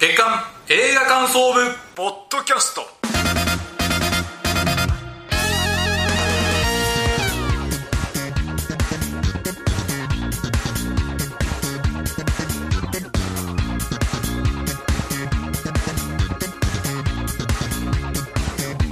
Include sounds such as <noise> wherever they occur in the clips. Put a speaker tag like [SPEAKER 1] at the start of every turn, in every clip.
[SPEAKER 1] 間映画感想部
[SPEAKER 2] ポッドキャスト
[SPEAKER 1] さ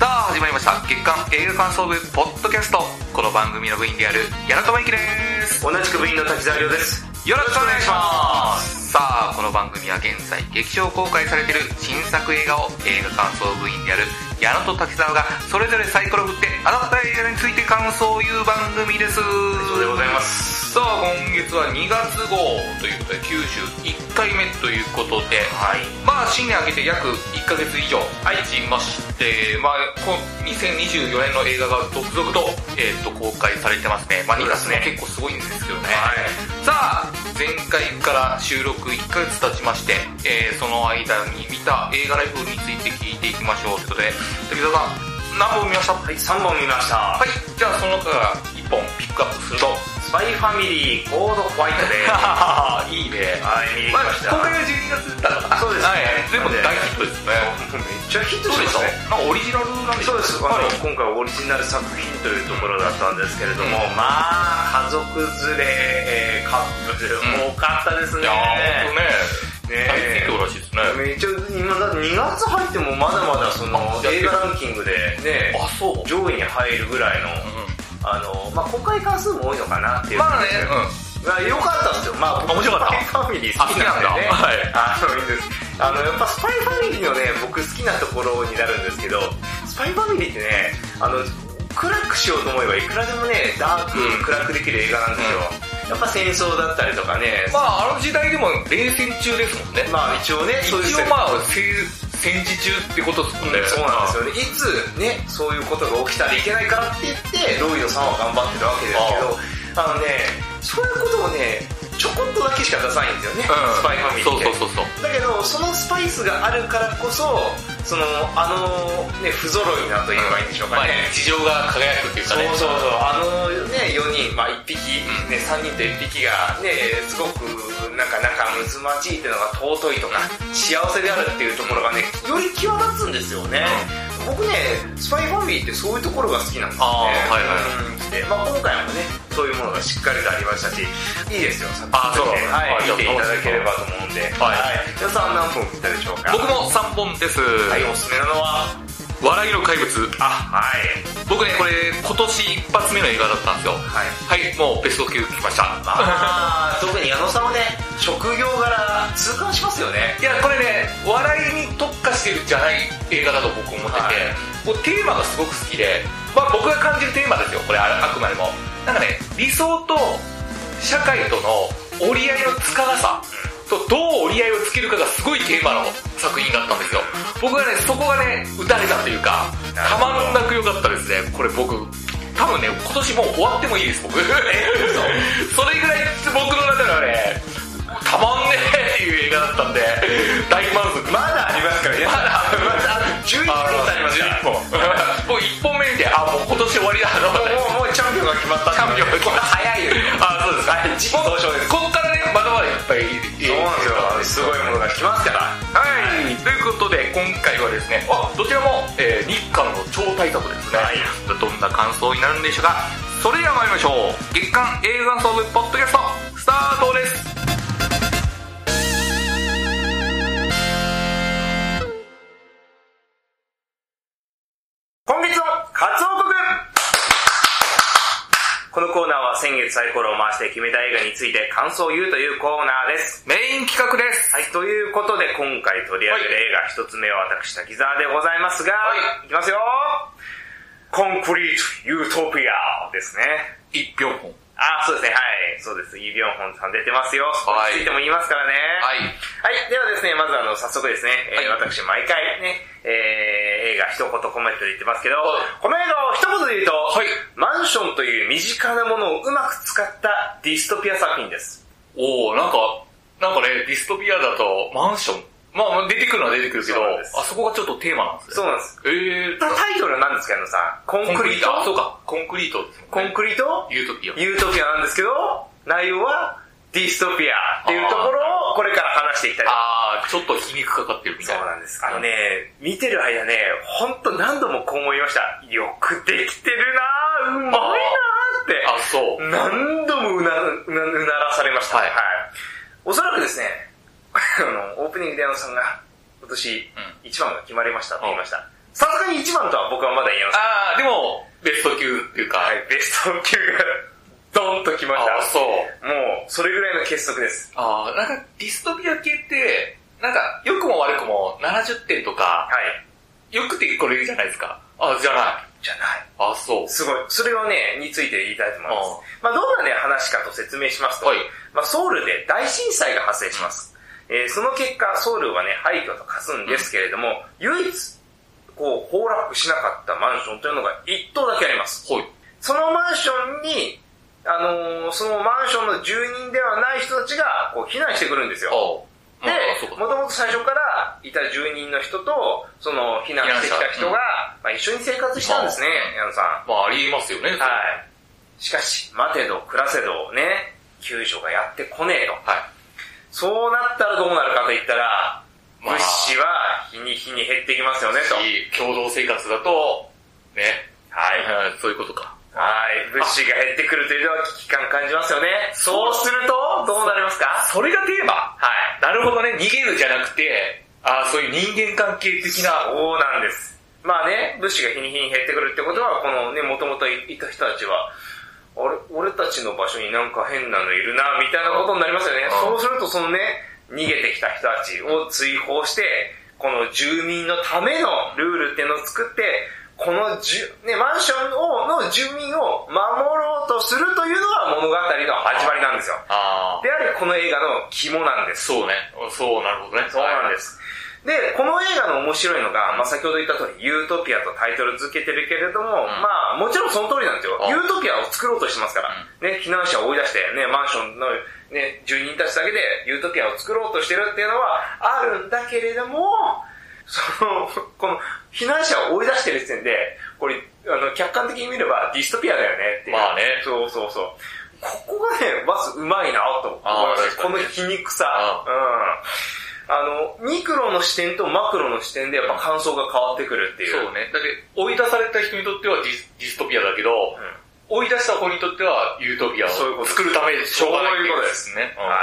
[SPEAKER 1] あ始まりました月間映画感想部ポッドキャストこの番組の部員である矢野智之です
[SPEAKER 3] 同じく部員の滝沢亮です
[SPEAKER 1] よろしくお願いしますさあこの番組は現在劇場公開されている新作映画を映画感想部員である矢野と滝沢がそれぞれサイコロ振ってあなた映画について感想を言う番組です
[SPEAKER 3] 以上でございます
[SPEAKER 1] さあ今月は2月号ということで91回目ということで、
[SPEAKER 3] はい
[SPEAKER 1] まあ新年明けて約1ヶ月以上愛知まして、まあ、こう2024年の映画が続々と,、えー、と公開されてますね、まあ、
[SPEAKER 3] そ
[SPEAKER 1] 2
[SPEAKER 3] うで
[SPEAKER 1] 月
[SPEAKER 3] す
[SPEAKER 1] も結構すご
[SPEAKER 3] ね
[SPEAKER 1] いんですけどね、
[SPEAKER 3] はい
[SPEAKER 1] さあ前回から収録1ヶ月経ちまして、えーその間に見た映画ライフについて聞いていきましょうということで滝沢さん何本見ましたはい、
[SPEAKER 3] はい3本見ました、
[SPEAKER 1] じゃあその中から1本ピックアップすると
[SPEAKER 3] スパイファミリーゴールドホワイトで
[SPEAKER 1] <laughs> いいね
[SPEAKER 3] はい見に行
[SPEAKER 1] まあ
[SPEAKER 3] きまし、た、
[SPEAKER 1] 公開が12月だから
[SPEAKER 3] そうですね
[SPEAKER 1] はい、全部大ヒットですね
[SPEAKER 3] めっちゃヒット
[SPEAKER 1] そうで
[SPEAKER 3] しま
[SPEAKER 1] し
[SPEAKER 3] した
[SPEAKER 1] ょ
[SPEAKER 3] ね
[SPEAKER 1] なんかオリジナルなんでしょ
[SPEAKER 3] そうです、
[SPEAKER 1] はい
[SPEAKER 3] あの今回オリジナル作品というところだったんですけれども、
[SPEAKER 1] うん
[SPEAKER 3] まあ家族連れ、えーカップル、
[SPEAKER 1] う
[SPEAKER 3] 多かったです
[SPEAKER 1] い
[SPEAKER 3] ね
[SPEAKER 1] やー、ほんとね、
[SPEAKER 3] ね
[SPEAKER 1] 大ヒットらしいですね。
[SPEAKER 3] めっちゃ今だって2月入ってもまだまだその
[SPEAKER 1] あやってる
[SPEAKER 3] 映画ランキングでね
[SPEAKER 1] あ、そう。
[SPEAKER 3] 上位に入るぐらいの、あのまあ公開関数も多いのかなっていう
[SPEAKER 1] まあね、
[SPEAKER 3] まあ、よかったんですよ。まあ、僕
[SPEAKER 1] 面白かった
[SPEAKER 3] スパイファミリー好きなんでね。
[SPEAKER 1] あ好きなん
[SPEAKER 3] <laughs> あの、いいんです。あの、やっぱスパイファミリーのね、僕好きなところになるんですけど、スパイファミリーってね、あの、暗くしようと思えばいくらでもね、ダーク、
[SPEAKER 1] うん
[SPEAKER 3] 暗くできる映画なんですよ。やっぱ戦争だったりとかね
[SPEAKER 1] うん。、まあ、あの時代でも冷戦中ですもんね。
[SPEAKER 3] まあ一応ね、
[SPEAKER 1] 一
[SPEAKER 3] そういう
[SPEAKER 1] 応まあ、せ戦時中ってことですもんね。
[SPEAKER 3] そうなんですよね。いつね、そういうことが起きたらいけないからって言って、ロイドさんは頑張ってるわけですけど、あのね、そういうことをね、ちょこっとだけしか出さないんですよね、
[SPEAKER 1] うん
[SPEAKER 3] スパイファミリーって。
[SPEAKER 1] そうそうそうそう。
[SPEAKER 3] だけどそのスパイスがあるからこそそのあのね不揃いなと言えばいいんでしょう
[SPEAKER 1] ま
[SPEAKER 3] か
[SPEAKER 1] あ
[SPEAKER 3] ね、、
[SPEAKER 1] 日常が輝くっていうか
[SPEAKER 3] そう
[SPEAKER 1] ね。
[SPEAKER 3] そうそうあのね4人、まあ、1匹、ね、3人と1匹がねすごくなんか仲睦まじいっていうのが尊いとか幸せであるっていうところがねより際立つんですよね、僕ねスパイファミリーってそういうところが好きなんですよね
[SPEAKER 1] あーはいはい
[SPEAKER 3] うんでまあ、今回もねそういうものがしっかりとありましたしいいですよ作
[SPEAKER 1] あーそう
[SPEAKER 3] 品としてはい、
[SPEAKER 1] はい
[SPEAKER 3] 見ていただければと思うんで、
[SPEAKER 1] はい
[SPEAKER 3] 皆さん何本見たでしょうか
[SPEAKER 1] 僕も3本です。
[SPEAKER 3] はい、おすすめなのは、
[SPEAKER 1] 笑いの怪物。
[SPEAKER 3] あ、はい、
[SPEAKER 1] 僕ね、これ、今年一発目の映画だったんですよ。
[SPEAKER 3] はい。
[SPEAKER 1] はい、もうベスト級来ました。
[SPEAKER 3] まあ、特に矢野さんはね、職業柄、痛感しますよね
[SPEAKER 1] い。やこれね笑いに特化してるんじゃない映画だと僕思ってて、
[SPEAKER 3] はい
[SPEAKER 1] こうテーマがすごく好きで、まあ、僕が感じるテーマですよこれああくまでもなんかね理想と社会との折り合いのつかなさとどう折り合いをつけるかがすごいテーマの作品だったんですよ僕はねそこがね打たれたというか
[SPEAKER 3] なる
[SPEAKER 1] た
[SPEAKER 3] ほど
[SPEAKER 1] まんなく良かったですねこれ僕多分ね今年もう終わってもいいです僕 <laughs> それぐらい僕の中ではねたまんねえっていう映画だったんで大満足
[SPEAKER 3] まだありますからね。まだ、まだ、11本ありますから。
[SPEAKER 1] 11本もう1本目見てあもう今年終わりだと思って
[SPEAKER 3] もう、もうチャンピオンが決まったんで
[SPEAKER 1] チャンピオンが決まった
[SPEAKER 3] 早いよね。
[SPEAKER 1] あそうですか
[SPEAKER 3] はい、実況です。
[SPEAKER 1] こっからねまだまだいっぱい
[SPEAKER 3] そうなんですよ。すごいものが来ますから。
[SPEAKER 1] はい、ということで今回はですねあどちらも、えー日韓の超大作ですね、
[SPEAKER 3] はい
[SPEAKER 1] どんな感想になるんでしょうかそれでは参りましょう月刊映画総部ポッドキャストスタートです
[SPEAKER 3] 今月のカツオ国このコーナーは先月サイコロを回して決めた映画について感想を言うというコーナーです。
[SPEAKER 1] メイン企画です
[SPEAKER 3] はい、ということで今回取り上げる映画一つ目は私、滝沢でございますが、
[SPEAKER 1] はい
[SPEAKER 3] い、きますよコンクリート・ユートピアですね。
[SPEAKER 1] 一票本
[SPEAKER 3] あ、そうですね、はい。そうです。イ・ビョンホンさん出てますよ。
[SPEAKER 1] はい
[SPEAKER 3] それについても言いますからね。
[SPEAKER 1] はい
[SPEAKER 3] はい、ではですね、まずあの、早速ですね、えー
[SPEAKER 1] はい
[SPEAKER 3] 私、毎回ね、えー映画一言コメントで言ってますけど、
[SPEAKER 1] はい
[SPEAKER 3] この映画を一言で言うと、
[SPEAKER 1] はい
[SPEAKER 3] マンションという身近なものをうまく使ったディストピア作品です。
[SPEAKER 1] おおなんかなんかねディストピアだとマンションまあまあ出てくるのは出てくるけど
[SPEAKER 3] そうなんです
[SPEAKER 1] あそこがちょっとテーマなんです
[SPEAKER 3] そ
[SPEAKER 1] ね
[SPEAKER 3] うなんです。
[SPEAKER 1] えー、
[SPEAKER 3] タイトルなんですけどさ、コン
[SPEAKER 1] コン
[SPEAKER 3] ク
[SPEAKER 1] ク
[SPEAKER 3] リ
[SPEAKER 1] リ
[SPEAKER 3] ー
[SPEAKER 1] ー
[SPEAKER 3] ト
[SPEAKER 1] トあそうかコンクリートですも
[SPEAKER 3] コ
[SPEAKER 1] んね
[SPEAKER 3] ンクリート
[SPEAKER 1] ユートピア
[SPEAKER 3] ユートピアなんですけど、内容はディストピアっていうところをこれから話していきたいと思い
[SPEAKER 1] あー、ちょっと
[SPEAKER 3] ます
[SPEAKER 1] 皮肉かかってるみ
[SPEAKER 3] そ
[SPEAKER 1] た
[SPEAKER 3] う
[SPEAKER 1] いな。
[SPEAKER 3] なんです。あのね、見てる間ね、ほんと何度もこう思いました。よくできてるなぁ、うまいなぁ
[SPEAKER 1] あ、そう。
[SPEAKER 3] って、何度もうなうなうならされました。
[SPEAKER 1] はい
[SPEAKER 3] おそらくですね、 <laughs> あの、オープニングで矢野さんが、今年
[SPEAKER 1] う
[SPEAKER 3] 一番が決まりましたって言いました。さすがに一番とは僕はまだ言えません。
[SPEAKER 1] あー、でも、ベスト級っていうか。
[SPEAKER 3] はい、ベスト級が、ドンときまし
[SPEAKER 1] あ、
[SPEAKER 3] た。
[SPEAKER 1] そう。
[SPEAKER 3] もう、それぐらいの結束です。
[SPEAKER 1] あー、なんか、ディストピア系って、なんか、良くも悪くも70点とか、
[SPEAKER 3] はい。
[SPEAKER 1] よくてこれるじゃないですか。あ、じゃない。
[SPEAKER 3] じゃない。
[SPEAKER 1] あ、そう。
[SPEAKER 3] すごい。それをね、について言いたいと思います。まあ、どんなね、話かと説明しますと、
[SPEAKER 1] はい
[SPEAKER 3] まあ、ソウルで大震災が発生します。えーその結果、ソウルはね、廃墟と化すんですけれども、唯一、こう、崩落しなかったマンションというのが一棟だけあります。
[SPEAKER 1] ほい。
[SPEAKER 3] そのマンションに、あのーそのマンションの住人ではない人たちが、こう、避難してくるんです
[SPEAKER 1] あ
[SPEAKER 3] よ。
[SPEAKER 1] ー。
[SPEAKER 3] で
[SPEAKER 1] まあ、そう、か。
[SPEAKER 3] もともと最初からいた住人の人と、その、避難してきた
[SPEAKER 1] 避難者う
[SPEAKER 3] 人
[SPEAKER 1] ん
[SPEAKER 3] が、まあ、一緒に生活したんですね、矢野さん。
[SPEAKER 1] まあ、ありえますよね。。
[SPEAKER 3] はいい。しかし、待てど暮らせどね、救助がやってこねえと。
[SPEAKER 1] はい。
[SPEAKER 3] そうなったらどうなるかと言ったら、
[SPEAKER 1] まあ
[SPEAKER 3] 物資は日に日に減ってきますよねと。
[SPEAKER 1] 共同生活だと、ね。
[SPEAKER 3] はい。
[SPEAKER 1] はい、そういうことか。
[SPEAKER 3] はい。物資が減ってくるというのは危機感感じますよね。そうすると、どうなりますか
[SPEAKER 1] それがテーマ
[SPEAKER 3] はい。
[SPEAKER 1] なるほどね、逃げるじゃなくて、あーそういう人間関係的な、
[SPEAKER 3] そうなんです。まあね、物資が日に日に減ってくるってことは、このね、もともといた人たちは、あれ、俺たちの場所になんか変なのいるな、みたいなことになりますよね。
[SPEAKER 1] う
[SPEAKER 3] そうすると、そのね、逃げてきた人たちを追放して、この住民のためのルールっていうのを作って、このじゅ、ね、マンションを、の住民を守ろうとするというのが物語の始まりなんですよ。
[SPEAKER 1] あー
[SPEAKER 3] であり、この映画の肝なんです。
[SPEAKER 1] そうね、そう、なるほどね。
[SPEAKER 3] そうなんです。で、この映画の面白いのが、まあ、先ほど言った通り、ユートピアとタイトル付けてるけれども、まあ、もちろんその通りなんですよ
[SPEAKER 1] あ。
[SPEAKER 3] ユートピアを作ろうとしてますから、ね、避難者を追い出して、ね、マンションの、ね、住人たちだけでユートピアを作ろうとしてるっていうのはあるんだけれども、その、この、避難者を追い出してる時点で、これ、あの、客観的に見ればディストピアだよねっていう。
[SPEAKER 1] まあね
[SPEAKER 3] そうそうそう。ここがね、まずうまいなと思いました。
[SPEAKER 1] あー確か
[SPEAKER 3] こ
[SPEAKER 1] に
[SPEAKER 3] の皮肉さ。
[SPEAKER 1] あ
[SPEAKER 3] うん。あの、ミクロの視点とマクロの視点でやっぱ感想が変わってくるっていう。
[SPEAKER 1] そうね。だって、追い出された人にとってはディスディストピアだけど、追い出した子にとってはユートピア
[SPEAKER 3] そういうこ
[SPEAKER 1] を
[SPEAKER 3] と
[SPEAKER 1] 作るためにしょうがない
[SPEAKER 3] そういうことです
[SPEAKER 1] ね。うん
[SPEAKER 3] はい。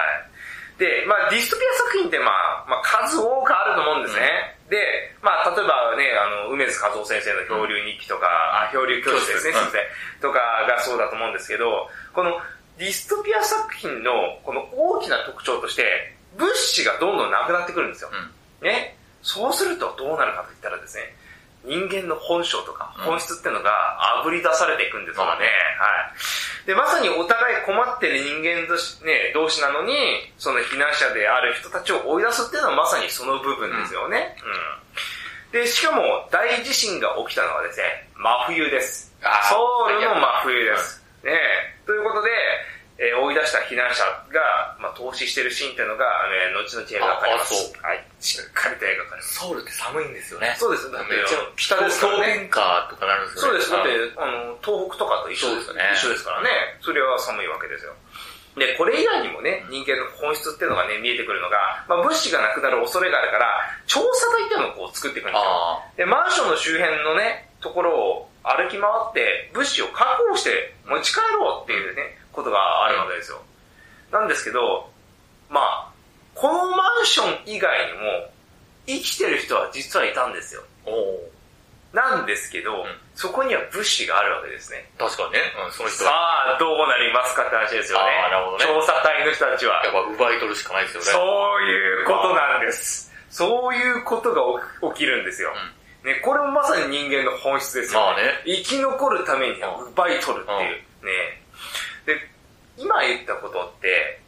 [SPEAKER 3] で、まあディストピア作品ってまあ、まあ数多くあると思うんですね。で、まあ例えばね、あの、梅津和夫先生の漂流日記とか、あ、漂流教室ですね、
[SPEAKER 1] 教
[SPEAKER 3] すい
[SPEAKER 1] 室
[SPEAKER 3] ません。とかがそうだと思うんですけど、このディストピア作品のこの大きな特徴として、物資がどんどんなくなってくるんですよ。ね、そうするとどうなるかといったらですね、人間の本性とか
[SPEAKER 1] うん
[SPEAKER 3] 本質ってのが炙り出されていくんですよね。
[SPEAKER 1] まあね
[SPEAKER 3] はい。で、まさにお互い困ってる人間とし、ね、同士なのに、その避難者である人たちを追い出すっていうのはまさにその部分ですよね。うん。で、しかも大地震が起きたのはですね、真冬です。
[SPEAKER 1] あー
[SPEAKER 3] ソウルの真冬です。ねえということで、えー追い出した避難者が、まあ、投資してるシーンっていうのが、えー後々映画化されま
[SPEAKER 1] あ
[SPEAKER 3] す。はい。しっかりと映画化さ
[SPEAKER 1] ソウ
[SPEAKER 3] れます。
[SPEAKER 1] ルって寒いんですよね。
[SPEAKER 3] そうです。だ
[SPEAKER 1] だ
[SPEAKER 3] っ
[SPEAKER 1] ってて、
[SPEAKER 3] 北ですから
[SPEAKER 1] 氷
[SPEAKER 3] ね。
[SPEAKER 1] 点下とかなるんです
[SPEAKER 3] そ
[SPEAKER 1] よ
[SPEAKER 3] うで
[SPEAKER 1] ね。
[SPEAKER 3] す。だって、あの、東北とかと一緒
[SPEAKER 1] そうですね
[SPEAKER 3] 一緒ですからね。それは寒いわけですよ。で、これ以外にもね、人間の本質っていうのがね、見えてくるのが、まあ、物資がなくなる恐れがあるから、調査隊っていうのをこう作っていくんですよ。
[SPEAKER 1] あ
[SPEAKER 3] で、マンションの周辺のね、ところを歩き回って、物資を確保して持ち帰ろうっていうね、ことがあるわけですよ。なんですけど、まあ、このマンション以外にも、生きてる人は実はいたんですよ。
[SPEAKER 1] あ。おお。
[SPEAKER 3] なんですけ
[SPEAKER 1] ん
[SPEAKER 3] ど、そこには物資があるわけですね。
[SPEAKER 1] 確かにね。うん、その人
[SPEAKER 3] さ
[SPEAKER 1] は。
[SPEAKER 3] あ、どうなりますかって話ですよね。
[SPEAKER 1] あーなるほどね
[SPEAKER 3] 調査隊の人たちは
[SPEAKER 1] や。っぱ奪い取るしかないですよね。
[SPEAKER 3] そういうことなんです。そういうことが起き起きるんですよ、ね、これもまさに人間の本質ですよ、
[SPEAKER 1] まあね
[SPEAKER 3] 生き残るためには奪い取るっていう
[SPEAKER 1] うん。
[SPEAKER 3] ね。で、今言ったことって、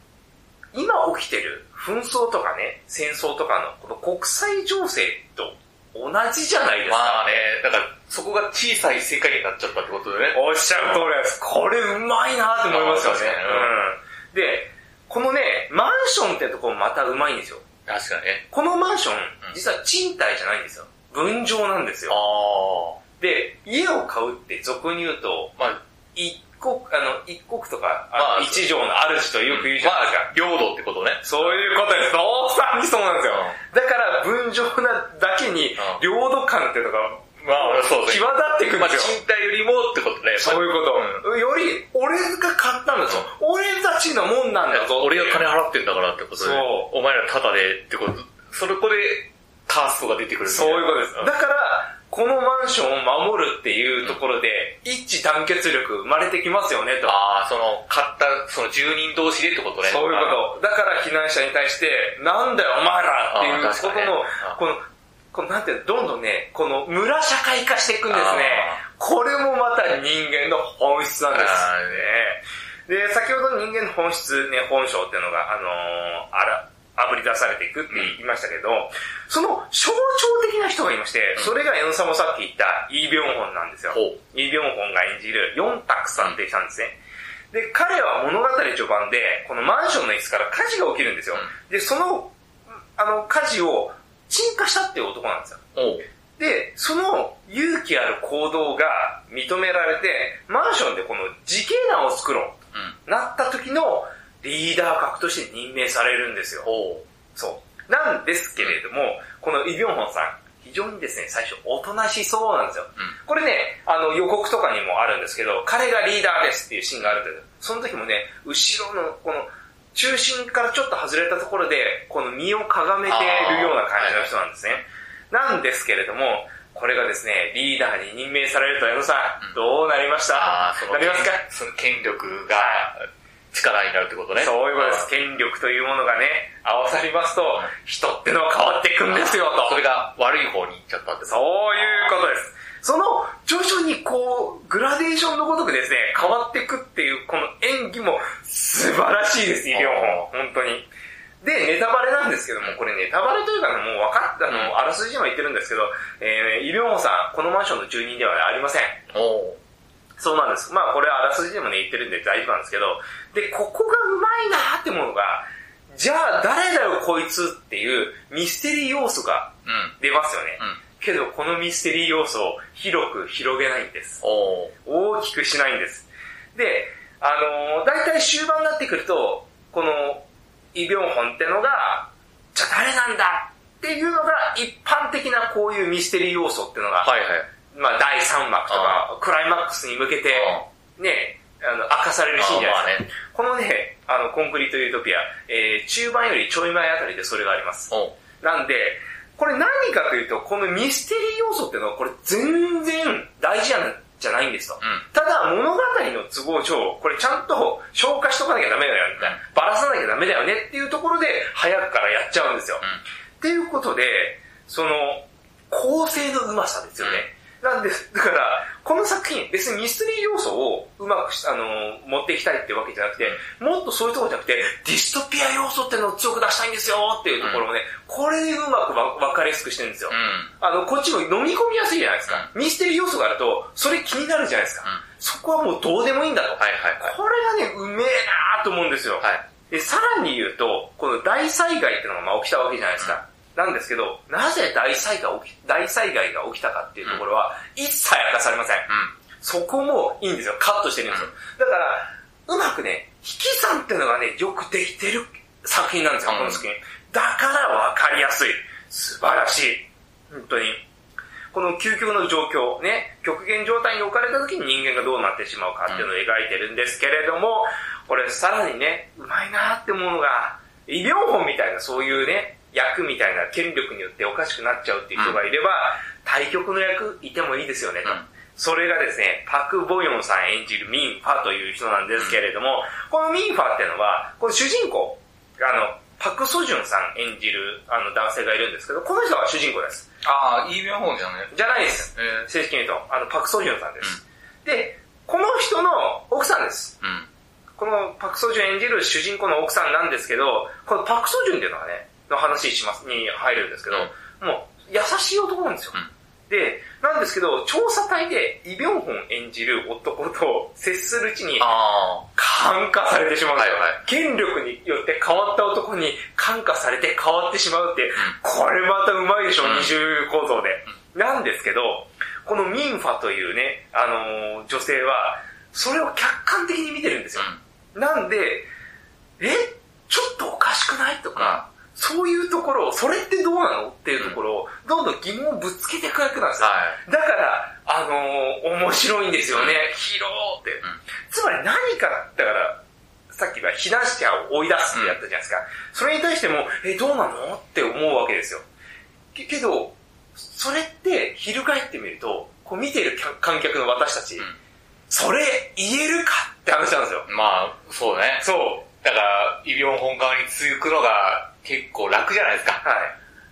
[SPEAKER 3] 今起きてる紛争とかね、戦争とかのこの国際情勢と同じじゃないですか。
[SPEAKER 1] まあね、だから、そこが小さい世界になっちゃったってことでね。
[SPEAKER 3] おっしゃる通りです。これうまいなって思いますよね
[SPEAKER 1] あー確かに。
[SPEAKER 3] うん。で、このね、マンションってとこもまたうまいんですよ。
[SPEAKER 1] 確かにね。
[SPEAKER 3] このマンション
[SPEAKER 1] ん、
[SPEAKER 3] 実は賃貸じゃないんですよ。分譲なんです
[SPEAKER 1] あ
[SPEAKER 3] よ。で、家を買うって俗に言うと、
[SPEAKER 1] あ。まあ、
[SPEAKER 3] 一国、あの、一国とか、
[SPEAKER 1] まあ
[SPEAKER 3] あの一条の主とよく言うじゃないですか。
[SPEAKER 1] 領土ってことね。
[SPEAKER 3] そういうことです。大さんにそうなんですよ。だから、分譲なだけに、
[SPEAKER 1] ん
[SPEAKER 3] 領土感っていうのが、ま
[SPEAKER 1] まあ
[SPEAKER 3] あ、
[SPEAKER 1] そう
[SPEAKER 3] 際
[SPEAKER 1] ね
[SPEAKER 3] 立ってく
[SPEAKER 1] まあ、
[SPEAKER 3] るんですよ。
[SPEAKER 1] 賃貸よりもってことね。
[SPEAKER 3] そういうこと、より、俺が買ったんだぞ。俺たちのもんなんだぞ。
[SPEAKER 1] 俺が金
[SPEAKER 3] 払
[SPEAKER 1] 払ってんだからってことで
[SPEAKER 3] そ、
[SPEAKER 1] お前らタダでってこと、それこでカーストが出てくるみた
[SPEAKER 3] そう
[SPEAKER 1] な
[SPEAKER 3] いうことです。だから、このマンションを守るっていうところで、一致団結力生まれてきますよね、と。
[SPEAKER 1] ああ、その、買った、その住人同士でってことね。
[SPEAKER 3] そういうこと。だから避難者に対して、なんだよお前らっていう
[SPEAKER 1] あー
[SPEAKER 3] こと
[SPEAKER 1] 確かにね
[SPEAKER 3] の
[SPEAKER 1] あー、
[SPEAKER 3] この、このなんていうの、どんどんね、この村社会化していくんですね
[SPEAKER 1] あ。
[SPEAKER 3] これもまた人間の本質なんです。
[SPEAKER 1] あー
[SPEAKER 3] ね、で、先ほど人間の本質、ね、本性っていうのが、あのーあら、あぶり出されていくって言いましたけど、その象徴的な人がいまして、それがエノサもさっき言ったイ・ビョンホンなんですよ。
[SPEAKER 1] ほう
[SPEAKER 3] イ・ビョンホンが演じるヨンタクさんって人なんですね。で、彼は物語序盤で、このマンションの椅子から火事が起きるんですよ。
[SPEAKER 1] う
[SPEAKER 3] で、その、あの、火事を鎮火したっていう男なんですよ。
[SPEAKER 1] おう
[SPEAKER 3] で、その勇気ある行動が認められて、マンションでこの自警団を作ろう
[SPEAKER 1] うん。
[SPEAKER 3] となった時のリーダー格として任命されるんですよ。
[SPEAKER 1] おう
[SPEAKER 3] そう。なんですけれども、このイ・ビョンホンさん、非常にですね、最初、おとなしそうなんですよ。
[SPEAKER 1] ん
[SPEAKER 3] これね、あの、予告とかにもあるんですけど、彼がリーダーですっていうシーンがあるんですその時もね、後ろの、この、中心からちょっと外れたところで、この身をかがめてるような感じの人なんですね。なんですけれども、これがですね、リーダーに任命されると、矢野さん、
[SPEAKER 1] うん
[SPEAKER 3] どうなりました、
[SPEAKER 1] あー、そ
[SPEAKER 3] なりますか
[SPEAKER 1] その権力が力になるってことね。
[SPEAKER 3] そういうことです。権力というものがね、合わさりますと、人ってのは変わっていくんですよ、と
[SPEAKER 1] あー。それが悪い方に行っちゃったって
[SPEAKER 3] そういうことです。その、徐々にこう、グラデーションのごとくですね、変わっていくっていう、この演技も素晴らしいです、イ・ビョンホン。本当に。で、ネタバレなんですけども、これネタバレというかね、もう分かった、あの、あらすじには言ってるんですけど、えー、イ・ビョンホンさん、このマンションの住人ではありません。
[SPEAKER 1] おお
[SPEAKER 3] そうなんです。まあ、これはあらすじでもね、言ってるんで大丈夫なんですけど、で、ここがうまいなーってものが、じゃあ誰だよこいつっていうミステリー要素が
[SPEAKER 1] うん。
[SPEAKER 3] 出ますよね。
[SPEAKER 1] うん。
[SPEAKER 3] けどこのミステリー要素を広く広げないんです。
[SPEAKER 1] おう
[SPEAKER 3] 大きくしないんです。で、あのー、だいたい終盤になってくると、この、イ・ビョンホンってのが、じゃあ誰なんだっていうのが一般的なこういうミステリー要素っていうのが、
[SPEAKER 1] はいはい。
[SPEAKER 3] まあ第3幕とか、クライマックスに向けて、ね、あの、明かされるシーンじゃないですか。このね、あの、コンクリート・ユートピア、えー、中盤よりちょい前あたりでそれがあります。
[SPEAKER 1] おう
[SPEAKER 3] なんで、これ何かというと、このミステリー要素っていうのは、これ全然大事なんじゃないんですと。
[SPEAKER 1] うん。
[SPEAKER 3] ただ、物語の都合上、これちゃんと消化しとかなきゃダメだよ、みたいな。ばらさなきゃダメだよねっていうところで、早くからやっちゃうんですよ。っていうことで、その、構成のうまさですよね。なんです、だから、この作品、別にミステリー要素をうまくし、あのー、持っていきたいってわけじゃなくて、もっとそういうところじゃなくて、ディストピア要素ってのを強く出したいんですよっていうところもね、これでうまくわ分かりやすくしてるんですよ。
[SPEAKER 1] う
[SPEAKER 3] あの、こっちも飲み込みやすいじゃないですか。ミステリー要素があると、それ気になるじゃないですか。
[SPEAKER 1] うん
[SPEAKER 3] そこはもうどうでもいいんだと。
[SPEAKER 1] ん。はいはいはい。
[SPEAKER 3] これがね、うめえなーと思うんですよ。
[SPEAKER 1] はい。
[SPEAKER 3] で、さらに言うと、この大災害ってのがまあ起きたわけじゃないですか。なんですけど、なぜ大災害起き、大災害が起きたかっていうところは、一切明かされません。
[SPEAKER 1] う
[SPEAKER 3] そこもいいんですよ。カットしてるんですよ。だから、うまくね、引き算ってのがね、よくできてる作品なんですよ、
[SPEAKER 1] うん
[SPEAKER 3] この作品。だからわかりやすい。素晴らしい。本当に。この究極の状況、ね、極限状態に置かれた時に人間がどうなってしまうかっていうのを描いてるんですけれども、これさらにね、うまいなって思うのが、医療法みたいなそういうね、役みたいな権力によっておかしくなっちゃうっていう人がいれば、対極の役いてもいいですよね、と。
[SPEAKER 1] うん
[SPEAKER 3] それがですね、パク・ボヨンさん演じるミン・ファという人なんですけれども、このミン・ファっていうのは、この主人公、あの、パク・ソジュンさん演じるあの男性がいるんですけど、この人が主人公です。
[SPEAKER 1] ああ、いい妙法じゃない
[SPEAKER 3] じゃないです。
[SPEAKER 1] えー
[SPEAKER 3] 正式に言うと、あの、パク・ソジュンさんです。で、この人の奥さんです。
[SPEAKER 1] うん。
[SPEAKER 3] このパク・ソジュン演じる主人公の奥さんなんですけど、このパク・ソジュンっていうのがね、の話します、に入るんですけど、もう優しい男なんですよ。
[SPEAKER 1] うん
[SPEAKER 3] で、なんですけど、調査隊でイ・ビョンホン演じる男と接するうちに
[SPEAKER 1] あ
[SPEAKER 3] 感化されてしまうんですよ。
[SPEAKER 1] はいは
[SPEAKER 3] 権力によって変わった男に感化されて変わってしまうって、これまたうまいでしょ、
[SPEAKER 1] うん
[SPEAKER 3] 二重構造で。なんですけど、このミンファというね、あのー女性は、それを客観的に見てるんですよ。なんで、えちょっとおかしくないとか、そういうところを、それってどうなのっていうところを、どんどん疑問をぶつけていくわけなんですよ。
[SPEAKER 1] は
[SPEAKER 3] だから、あのー面白いんですよね。疲労って。
[SPEAKER 1] ん
[SPEAKER 3] つまり何か、だから、さっきは避難者を追い出すってやったじゃないですか。それに対しても、え、どうなのって思うわけですよ。けけど、それって、翻ってみると、こう見てる客観客の私たち、
[SPEAKER 1] うん
[SPEAKER 3] それ言えるかって話なんですよ。
[SPEAKER 1] い。まあ、そうね。
[SPEAKER 3] そう。
[SPEAKER 1] だから、医療本側に続くのが結構楽じゃないですか。
[SPEAKER 3] は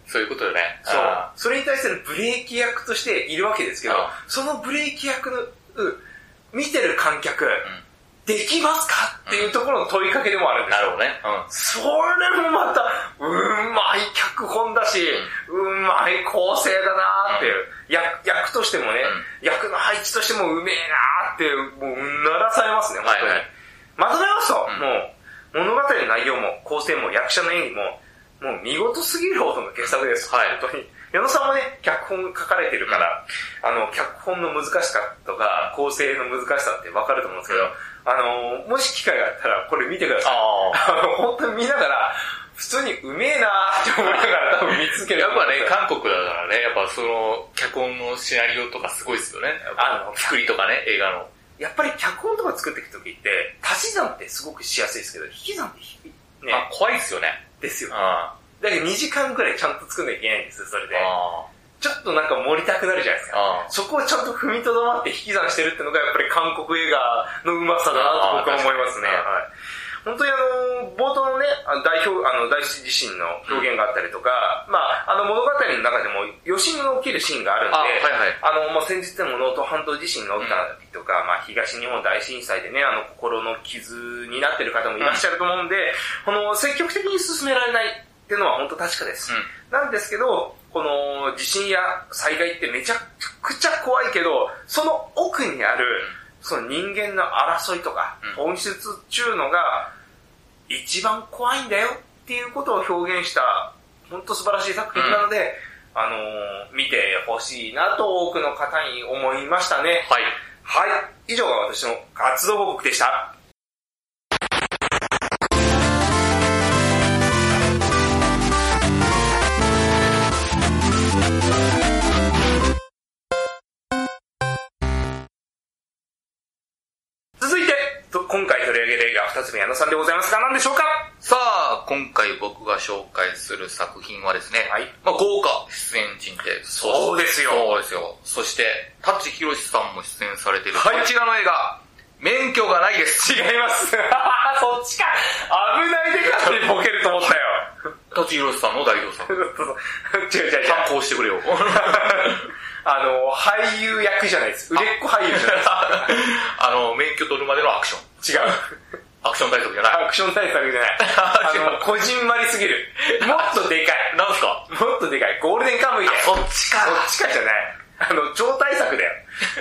[SPEAKER 3] い。
[SPEAKER 1] そういうことよね。
[SPEAKER 3] そう
[SPEAKER 1] あ。
[SPEAKER 3] それに対するブレーキ役としているわけですけど
[SPEAKER 1] あ、
[SPEAKER 3] そのブレーキ役の、うん見てる観客、できますかっていうところの問いかけでもある
[SPEAKER 1] ー
[SPEAKER 3] んで
[SPEAKER 1] な
[SPEAKER 3] す
[SPEAKER 1] る
[SPEAKER 3] よ。
[SPEAKER 1] ほどね。
[SPEAKER 3] それもまた、うまい脚本だし、うまい構成だなーっていう、役、役としてもね、役の配置としてもうめえなーっていう、もううならされますね、本当に。
[SPEAKER 1] はいはい
[SPEAKER 3] まとめますと、
[SPEAKER 1] うん
[SPEAKER 3] もう、物語の内容も、構成も、役者の演技も、もう見事すぎるほどの傑作です、
[SPEAKER 1] はい
[SPEAKER 3] 本当に。矢野さんもね、脚本書かれてるから、あの、脚本の難しさとか、構成の難しさってわかると思うんですけど、
[SPEAKER 1] うん
[SPEAKER 3] あの、もし機会があったら、これ見てくだ
[SPEAKER 1] うん。
[SPEAKER 3] さい。
[SPEAKER 1] ああ。
[SPEAKER 3] あの、 <laughs> 本当に見ながら、普通にうめえなーって思いながら多分見続ける。
[SPEAKER 1] やっぱね、韓国だからね、やっぱその、脚本のシナリオとかすごいですよね。
[SPEAKER 3] あの
[SPEAKER 1] 作りとかね、映画の。
[SPEAKER 3] やっぱり脚本とか作っていくときって、足し算ってすごくしやすいですけど、引き算って低い。ね
[SPEAKER 1] まあ、、怖いですよね。
[SPEAKER 3] ですよ
[SPEAKER 1] うん。。あ
[SPEAKER 3] だけど2時間くらいちゃんと作んなきゃいけないんですよ、それで。
[SPEAKER 1] あ。
[SPEAKER 3] ちょっとなんか盛りたくなるじゃないですか。
[SPEAKER 1] あ
[SPEAKER 3] そこをちゃんと踏みとどまって引き算してるってのがやっぱり韓国映画のうまさだなと僕は思いますね。
[SPEAKER 1] あー確
[SPEAKER 3] はい本当にあの、冒頭のね、あの代表、あの、大師自身の表現があったりとか、まあ、あの物語の中でも余震が起きるシーンがあるんで、
[SPEAKER 1] あ。はいはい。
[SPEAKER 3] あの、まあ、先日でも能登半島地震が起きた時とか、まあ、東日本大震災でね、あの、心の傷になってる方もいらっしゃると思うんで、この、積極的に進められないっていうのは本当確かです。
[SPEAKER 1] う
[SPEAKER 3] なんですけど、この地震や災害ってめちゃくちゃ怖いけど、その奥にある、その人間の争いとか、本質っちゅうのが、一番怖いんだよっていうことを表現した、本当素晴らしい作品なので、あのー見てほしいなと多くの方に思いましたね。
[SPEAKER 1] はい。
[SPEAKER 3] はい。以上が私の活動報告でした。続いて、と今回取り上げる映画二つ目、矢野さんでございますが、何でしょうか
[SPEAKER 1] さあ、今回僕が紹介する作品はですね、
[SPEAKER 3] はい
[SPEAKER 1] まあ、豪華出演陣で、
[SPEAKER 3] そうですよ
[SPEAKER 1] そうですよ。そして、舘ひろしさんも出演されている、
[SPEAKER 3] はい
[SPEAKER 1] こちらの映画、免許がないです。
[SPEAKER 3] 違います。 <laughs> そっちか。危ないでかってボケると思ったよ。 <laughs>
[SPEAKER 1] 舘ひろしさんの代表
[SPEAKER 3] そ
[SPEAKER 1] 作。
[SPEAKER 3] うそう違う違う違う。
[SPEAKER 1] 参考してくれよ。 <laughs>
[SPEAKER 3] <laughs> あの、俳優役じゃないです。売れっ子俳優じゃないで
[SPEAKER 1] あの、免許取るまでのアクション。
[SPEAKER 3] す。違う。
[SPEAKER 1] アクション大作じゃない。
[SPEAKER 3] アクション対策じゃない。あの、こじんまりすぎる。もっとでかい。
[SPEAKER 1] なんすか
[SPEAKER 3] もっとでかい。ゴールデンカムイだよ。
[SPEAKER 1] そっちか。
[SPEAKER 3] そっちかじゃない。あの、超大作だよ。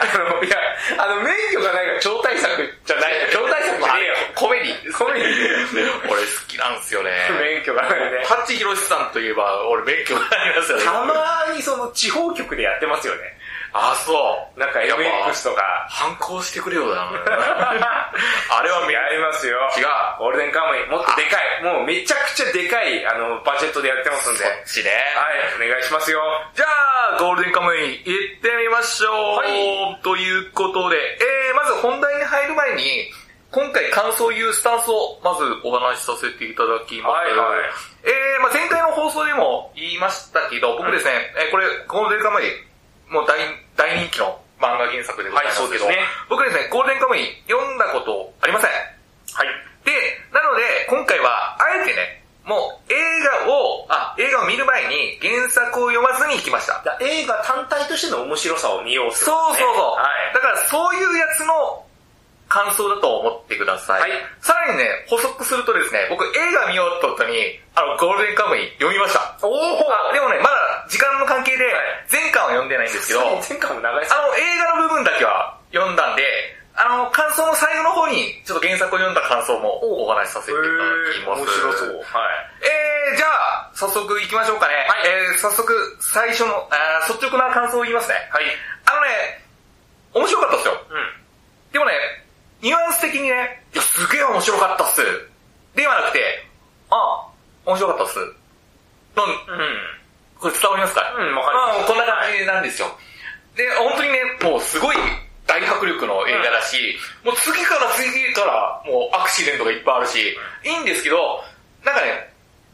[SPEAKER 3] あの、いや、あの、免許がないから超大作じゃない。超大作じゃねえよ。
[SPEAKER 1] コメデ
[SPEAKER 3] <laughs>
[SPEAKER 1] ィ。
[SPEAKER 3] コメディだよ
[SPEAKER 1] 俺好きなんです
[SPEAKER 3] <laughs>
[SPEAKER 1] よね。
[SPEAKER 3] 免許がないね。
[SPEAKER 1] 舘ひろしさんといえば、俺免許がないですよね。
[SPEAKER 3] たまにその地方局でやってますよね。
[SPEAKER 1] あ、そう。
[SPEAKER 3] なんか
[SPEAKER 1] やっぱ
[SPEAKER 3] MX とか。
[SPEAKER 1] 反抗してくれよだな。あれは
[SPEAKER 3] やりますよ。
[SPEAKER 1] 違う
[SPEAKER 3] ゴールデンカムイ、もっとでかい。もうめちゃくちゃでかい、あの、バジェットでやってますんで。はい、
[SPEAKER 1] っちね。
[SPEAKER 3] お願いしますよ。
[SPEAKER 1] じゃあ、ゴールデンカムイ行ってみましょう。
[SPEAKER 3] は
[SPEAKER 1] ということで、えー、まず本題に入る前に、今回感想を言うスタンスをまずお話しさせていただきます。
[SPEAKER 3] はいはい
[SPEAKER 1] えー、まあ前回の放送でも言いましたけど、僕ですね、えーこれ、ゴールデンカムイ、もう大大人気の漫画原作でございますけど、
[SPEAKER 3] はいそうですね
[SPEAKER 1] 僕ですね、ゴールデンカムイ読んだことありません。
[SPEAKER 3] はい。
[SPEAKER 1] で、なので、今回は、あえてね、もう映画を、あ、映画を見る前に原作を読まずに行きました。
[SPEAKER 3] だ映画単体としての面白さを見ようって
[SPEAKER 1] そ
[SPEAKER 3] こ
[SPEAKER 1] うそう
[SPEAKER 3] とですね
[SPEAKER 1] そう。
[SPEAKER 3] はい
[SPEAKER 1] だ。からそういうやつの感想だと思ってください。
[SPEAKER 3] はい
[SPEAKER 1] さらにね、補足するとですね、僕映画見ようってことに、あの、ゴールデンカムイ読みました。
[SPEAKER 3] お
[SPEAKER 1] あでもね、まだ時間の関係で、前巻は読んでないんですけど、あの、
[SPEAKER 3] お前回も長いです。
[SPEAKER 1] 映画の部分だけは読んだんで、あの、感想の最後の方に、ちょっと原作を読んだ感想もお話しさせていただきます。
[SPEAKER 3] 面白そう。はい。
[SPEAKER 1] えー、じゃあ、早速行きましょうかね。
[SPEAKER 3] はい
[SPEAKER 1] えー、早速、最初の、あー率直な感想を言いますね。
[SPEAKER 3] はい。
[SPEAKER 1] あのね、面白かったですよ。
[SPEAKER 3] うん。
[SPEAKER 1] でもね、ニュアンス的にね、いや、すげえ面白かったっす。ではなくて、ああ、面白かったっす。の、
[SPEAKER 3] う
[SPEAKER 1] これ伝わりますか
[SPEAKER 3] ん。うん、わか
[SPEAKER 1] ま
[SPEAKER 3] ります。
[SPEAKER 1] あ、こんな感じなんですよ。で、本当にね、もうすごい大迫力の映画だし、もう次から次からもうアクシデントがいっぱいあるし、いいんですけど、なんかね、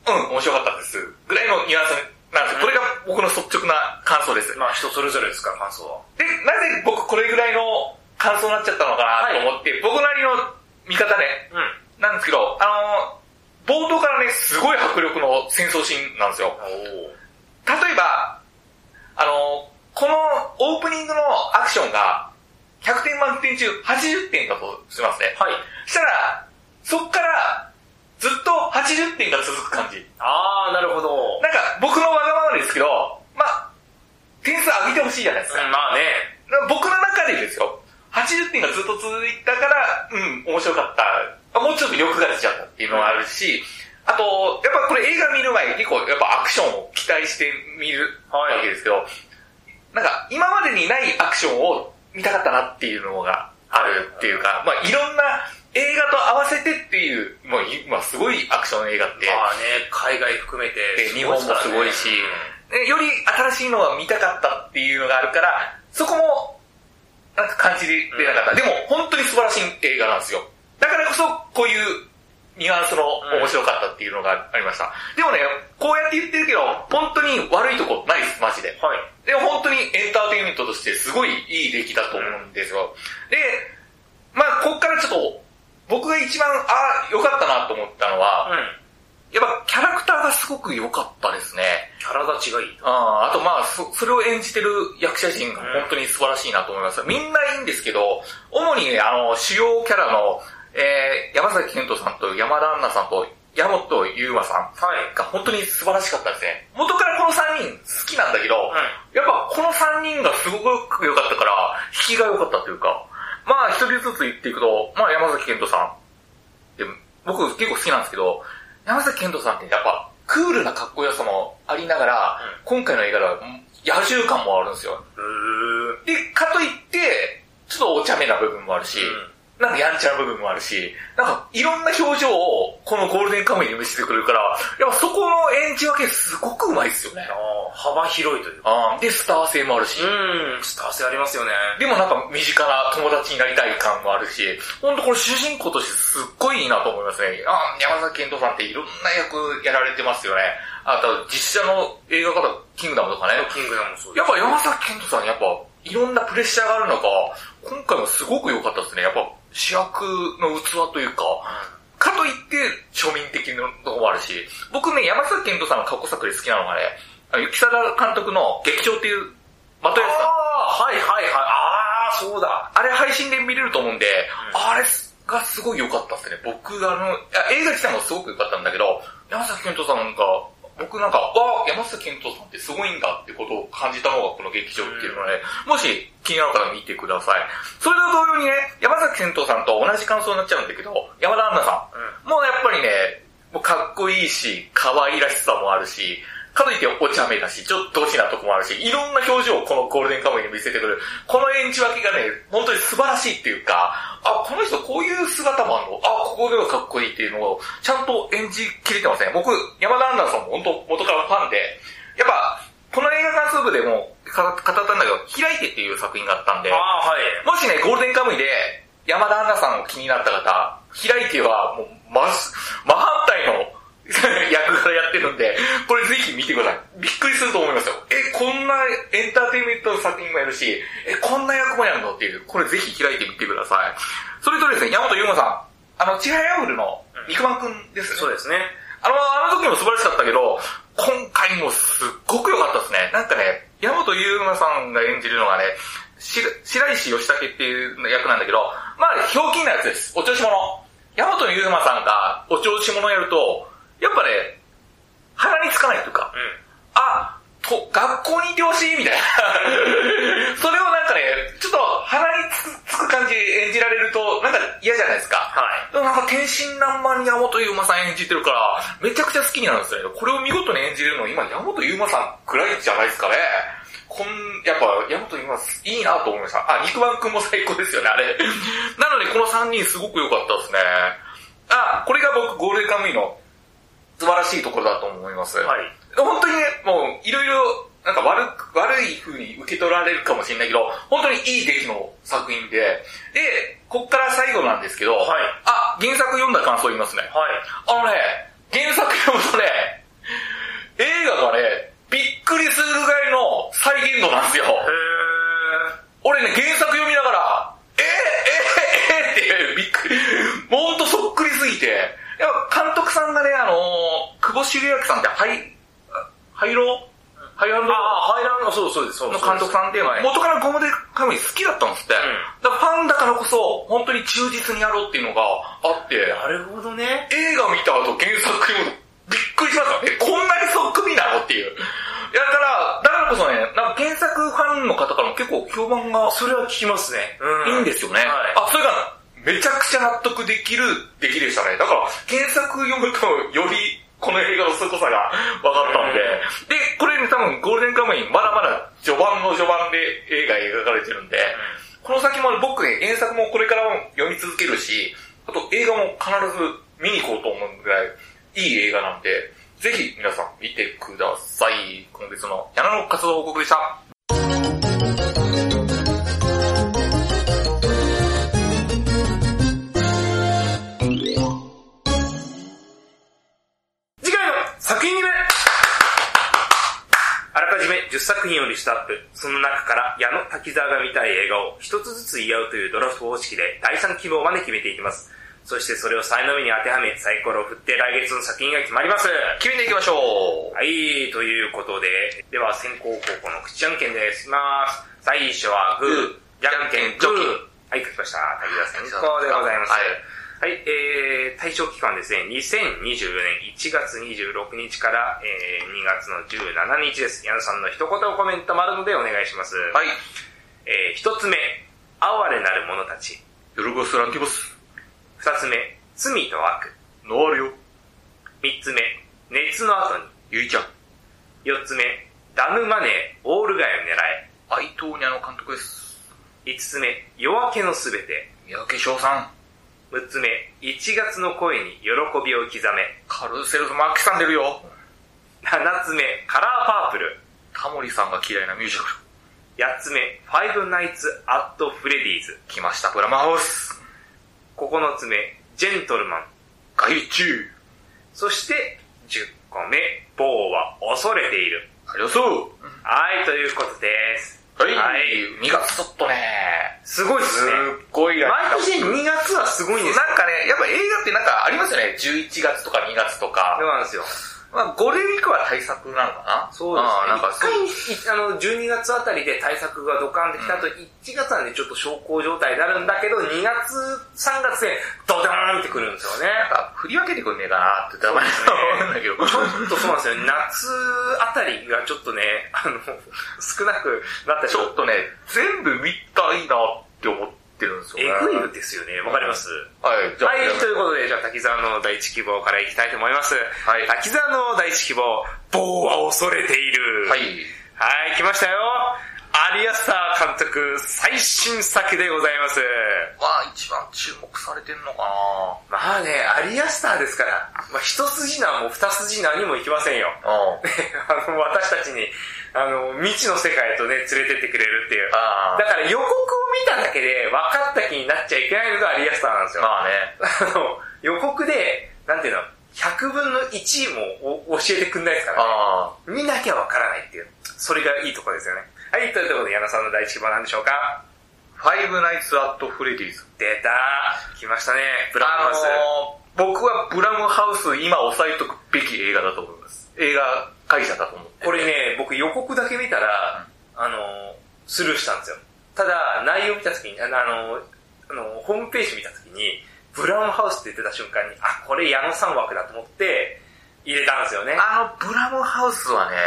[SPEAKER 1] うん、面白かったです。ぐらいのニュアンスなんですよ。これが僕の率直な感想です。
[SPEAKER 3] まあ人それぞれですから、感想は。
[SPEAKER 1] で、なぜ僕これぐらいの感想になっちゃったのかなと思って、僕なりの見方ね、
[SPEAKER 3] うん。
[SPEAKER 1] なんですけど、あのー冒頭からね、すごい迫力の戦争シーンなんですよ。
[SPEAKER 3] お
[SPEAKER 1] 例えば、あの、このオープニングのアクションが、100点満点中80点だとしますね。
[SPEAKER 3] はい。
[SPEAKER 1] そしたら、そっから、ずっと80点が続く感じ。
[SPEAKER 3] あー、なるほど。
[SPEAKER 1] なんか、僕のわがままですけど、まあ、点数上げてほしいじゃないですか。
[SPEAKER 3] うんまあね。
[SPEAKER 1] 僕の中でですよ、80点がずっと続いたから、うん、面白かった。もうちょっと欲が出ちゃったっていうのがあるし、あと、やっぱこれ映画見る前に結構やっぱアクションを期待して見る
[SPEAKER 3] は
[SPEAKER 1] わけですけど、なんか今までにないアクションを見たかったなっていうのがあるっていうか、まあいろんな映画と合わせてっていう、もう今すごいアクション映画って、
[SPEAKER 3] まあね、海外含めて
[SPEAKER 1] で、日本もすごいし、でより新しいのが見たかったっていうのがあるから、そこも、なんか感じでなかった。でも、本当に素晴らしい映画なんですよ。だからこそ、こういうニュアンスの面白かったっていうのがありました。でもね、こうやって言ってるけど、本当に悪いとこないです、マジで。
[SPEAKER 3] はい。
[SPEAKER 1] でも本当にエンターテインメントとしてすごいいい出来だと思うんですよ。で、まあこっからちょっと、僕が一番、ああ、良かったなと思ったのは、
[SPEAKER 3] うん。
[SPEAKER 1] やっぱキャラクターがすごく良かったですね。
[SPEAKER 3] キャラ立ちがいい。
[SPEAKER 1] ああとまあそ、それを演じてる役者陣が本当に素晴らしいなと思います。みんないいんですけど、主にね、あの、主要キャラの、えー、山崎賢人さんと山田杏奈さんと山本優馬さん
[SPEAKER 3] はい。
[SPEAKER 1] が本当に素晴らしかったですね。元からこの3人好きなんだけど、やっぱこの3人がすごく良かったから、引きが良かったというか、まあ一人ずつ言っていくと、まあ山崎賢人さん、で僕結構好きなんですけど、山崎賢人さんってやっぱクールなかっこよさもありながら、今回の映画では野獣感もあるんですよ。
[SPEAKER 3] うん。うーん。
[SPEAKER 1] で、かといって、ちょっとお茶目な部分もあるし、なんかやんちゃな部分もあるし、なんかいろんな表情をこのゴールデンカムイに見せてくれるから、やっぱそこの演じ分けすごくうまいですよね。
[SPEAKER 3] あー幅広いというか。
[SPEAKER 1] あーで、スター性もあるし、
[SPEAKER 3] うん。ちょっと汗ありますよね。
[SPEAKER 1] でもなんか身近な友達になりたい感もあるし、ほんとこれ主人公としてすっごいいいなと思いますね。あ山崎賢人さんっていろんな役やられてますよね。あと実写の映画からキングダムとかね。
[SPEAKER 3] キングダムもそうで
[SPEAKER 1] やっぱ山崎賢人さんやっぱいろんなプレッシャーがある中、今回もすごく良かったですね。やっぱ主役の器というか、かといって庶民的なとこもあるし、僕ね、山崎賢人さんの過去作で好きなのがね、あの、雪貞監督の劇場っていう、まと
[SPEAKER 3] あ
[SPEAKER 1] やさん。
[SPEAKER 3] あー、はいはいはい。ああ、そうだ。
[SPEAKER 1] あれ配信で見れると思うんで、
[SPEAKER 3] う
[SPEAKER 1] あれがすごい良かったですね。僕があの、あ映画自体もすごく良かったんだけど、山崎賢人さんなんか、僕なんか、わあ山崎賢人さんってすごいんだってことを感じたのがこの劇場っていうので、もし気になる方は見てください。それと同様にね、山崎賢人さんと同じ感想になっちゃうんだけど、山田杏奈さん。もうやっぱりね、もうかっこいいし、可愛らしさもあるし、かといってお茶目だし、ちょっとドジなとこもあるし、いろんな表情をこのゴールデンカムイに見せてくる。この演じ分けがね、本当に素晴らしいっていうか、あ、この人こういう姿もあるのあ、ここではかっこいいっていうのを、ちゃんと演じきれてますね。僕、山田アンダーソンも本当元からファンで、やっぱ、この映画観測部でもか語ったんだけど、開いてっていう作品があったんで、
[SPEAKER 3] ああ、はい。
[SPEAKER 1] もしね、ゴールデンカムイで、山田アンナさんを気になった方、開いては、もう、ま、真反対の <laughs> 役柄やってるんで、これぜひ見てください。びっくりすると思いますよ。え、こんなエンターテインメントの作品もやるし、え、こんな役もやるのっていう、これぜひ開いてみてください。それとですね、山本優馬さん、あの、ちはやふるの肉まんくんですよね。
[SPEAKER 3] そうですね。
[SPEAKER 1] あの、あの時も素晴らしかったけど、今回もすっごく良かったですね。なんかね、山本優馬さんが演じるのがね、し白石義武っていう役なんだけど、まあ、ひょうきんなやつです。お調子者。山本優馬さんがお調子者やると、やっぱね、鼻につかないというか、
[SPEAKER 3] うん。
[SPEAKER 1] あ、と、学校にいてほしいみたいな。 <laughs> それをなんかね、ちょっと鼻につくつく感じで演じられると、なんか嫌じゃないですか。
[SPEAKER 3] はい。
[SPEAKER 1] でもなんか天真爛漫に山本優馬さん演じてるから、めちゃくちゃ好きになるんですよね。これを見事に演じれるの今山本優馬さんくらいじゃないですかね。ここん、やっぱ、山本今、いいなと思いました。あ、肉まんくんも最高ですよね、あれ。 <laughs> なので、この3人すごく良かったですね。あ、これが僕、ゴールデンカムイの素晴らしいところだと思います。
[SPEAKER 3] はい。
[SPEAKER 1] 本当にね、もう、いろいろ、なんか悪く、悪い風に受け取られるかもしれないけど、本当にいい出来の作品で、で、こっから最後なんですけど、
[SPEAKER 3] はい
[SPEAKER 1] あ、原作読んだ感想言いますね。
[SPEAKER 3] はい。
[SPEAKER 1] あのね、原作読むとね、映画がね、びっくりするぐらいの再現度なんですよ。
[SPEAKER 3] へ
[SPEAKER 1] 俺ね、原作読みながら、えー、えー、えー、えー、って、びっくり、もうほんとそっくりすぎて、やっぱ監督さんがね、あのー、久保茂明さんって、はい、ハイローハイラン
[SPEAKER 3] ー
[SPEAKER 1] ド
[SPEAKER 3] ああ、ハイランド、そうそうです、そう
[SPEAKER 1] の
[SPEAKER 3] です。
[SPEAKER 1] 監督さんって、
[SPEAKER 3] はい。
[SPEAKER 1] 元からゴムでカムイ好きだったんですって。
[SPEAKER 3] ん
[SPEAKER 1] だからファンだからこそ、本当に忠実にやろうっていうのがあって、
[SPEAKER 3] なるほどね。
[SPEAKER 1] 映画見た後原作読むのびっくりしました。え、こんなにそっくりなのっていう。いや、だから、だからこそね、なんか原作ファンの方からも結構評判が
[SPEAKER 3] それは聞きますね。
[SPEAKER 1] いいん
[SPEAKER 3] で
[SPEAKER 1] ですよね。
[SPEAKER 3] は
[SPEAKER 1] あ、
[SPEAKER 3] い
[SPEAKER 1] それがめちゃくちゃ納得できる出来でしたね。だから原作読むとよりこの映画の凄さが分かったんで、で、これね多分ゴールデンカムイまだまだ序盤の序盤で映画描かれてるんで、この先も僕ね原作もこれからも読み続けるし、あと映画も必ず見に行こうと思うぐらいいい映画なんで、ぜひ皆さん見てください。今月の矢野の活動報告でした。
[SPEAKER 3] 次回の作品決めあらかじめ10作品をリストアップ、その中から矢野滝沢が見たい映画を一つずつ言い合うというドラフト方式で第3希望まで決めていきます。そしてそれを才能目に当てはめ、サイコロを振って来月の作品が決まります。
[SPEAKER 1] 決めていきましょう。
[SPEAKER 3] はい、ということで、では先行高校の口じゃんけんです。いきます。最初はグー、じゃんけん、ジョキ。はい、書きました。滝沢先行でございます。はい、えー、対象期間ですね、2024年1月26日から、えー、2月の17日です。矢野さんの一言コメントもあるのでお願いします。
[SPEAKER 1] はい。
[SPEAKER 3] えー、一つ目、哀れなる者たち。
[SPEAKER 1] よろしくランティボス。
[SPEAKER 3] 二つ目、罪と悪。
[SPEAKER 1] ノアルよ。
[SPEAKER 3] 三つ目、熱の後に。
[SPEAKER 1] ゆいちゃん。
[SPEAKER 3] 四つ目、ダムマネー、オールガイを狙え。
[SPEAKER 1] 愛藤にあの監督です。
[SPEAKER 3] 五つ目、夜明けのすべて。
[SPEAKER 1] 三宅翔さん。
[SPEAKER 3] 六つ目、一月の声に喜びを刻め。
[SPEAKER 1] カルーセルフマーキさん出るよ。
[SPEAKER 3] 七つ目、カラーパープル。
[SPEAKER 1] タモリさんが嫌いなミュージカル。
[SPEAKER 3] 八つ目、ファイブナイツ・アット・フレディーズ。
[SPEAKER 1] 来ました、ブラマハウス。
[SPEAKER 3] 九つ目、ジェントルマン。
[SPEAKER 1] ガイチュー。
[SPEAKER 3] そして、十個目、棒は恐れている。
[SPEAKER 1] ありがとう。
[SPEAKER 3] はい、ということです。
[SPEAKER 1] はい。
[SPEAKER 3] はい
[SPEAKER 1] 2月ちょっとね。
[SPEAKER 3] すごいです
[SPEAKER 1] す
[SPEAKER 3] ね。
[SPEAKER 1] っごいや
[SPEAKER 3] 毎年2月はすごいん
[SPEAKER 1] な
[SPEAKER 3] で
[SPEAKER 1] ん
[SPEAKER 3] すよ。
[SPEAKER 1] かね、やっぱ映画ってなんかありますよね。11月とか2月とか
[SPEAKER 3] そう。なんですよ。
[SPEAKER 1] まあ5類以下は対策なのかな
[SPEAKER 3] そうです
[SPEAKER 1] あー
[SPEAKER 3] ね。
[SPEAKER 1] なんかそう
[SPEAKER 3] 一回、あの、12月あたりで対策がドカンできた後、1月はね、ちょっと小康状態になるんだけど、2月、3月で、ドドーンってくるんですよね。
[SPEAKER 1] なんか振り分けてくんねえかなってたまに思うんだけど。
[SPEAKER 3] ちょっとそうなんですよ。夏あたりがちょっとね、あの、少なくなった
[SPEAKER 1] <laughs>
[SPEAKER 3] り
[SPEAKER 1] ちょっとね、全部見たいなって思ってるんです
[SPEAKER 3] え
[SPEAKER 1] よね。
[SPEAKER 3] ぐいですよね。わかります
[SPEAKER 1] はい、じゃあ、
[SPEAKER 3] はい
[SPEAKER 1] やめ、
[SPEAKER 3] ということで、じゃあ、滝沢の第一希望からいきたいと思います。
[SPEAKER 1] はい
[SPEAKER 3] 滝沢の第一希望、棒は恐れている。
[SPEAKER 1] はい。。
[SPEAKER 3] はい、来ましたよ。アリアスター監督、最新作でございます。
[SPEAKER 1] まあ、一番注目されてんのか
[SPEAKER 3] まあね、アリアスターですから、まあ、一筋縄も二筋縄にもいきませんよ。
[SPEAKER 1] なうん。
[SPEAKER 3] <laughs> あの、私たちに、あの、未知の世界へとね、連れてってくれるっていう。
[SPEAKER 1] あ
[SPEAKER 3] だから予告を見ただけで分かった気になっちゃいけないのがアリアスターなんです
[SPEAKER 1] あ、
[SPEAKER 3] よ。
[SPEAKER 1] まあね。
[SPEAKER 3] <laughs> あの、予告で、なんていうの、100分の1もお教えてくんないですから、ね、
[SPEAKER 1] あ
[SPEAKER 3] 見なきゃ分からないっていう。それがいいとこですよね。はい、ということで、矢野さんの第一希望なんでしょうか
[SPEAKER 1] あ、ファイブナイツ・アット・フレディーズ。
[SPEAKER 3] 出た来ましたね、ブランマス。
[SPEAKER 1] あのー僕はブラムハウス今押さえとくべき映画だと思います。映画会社だと思って。
[SPEAKER 3] これね、僕予告だけ見たら、あの、スルーしたんですよ。ただ、内容見たときに、あのあの、あの、ホームページ見たときに、ブラウンハウスって出た瞬間に、あ、これ矢野さん枠だと思って、入れたんですよね。
[SPEAKER 1] あの、ブラムハウスはね、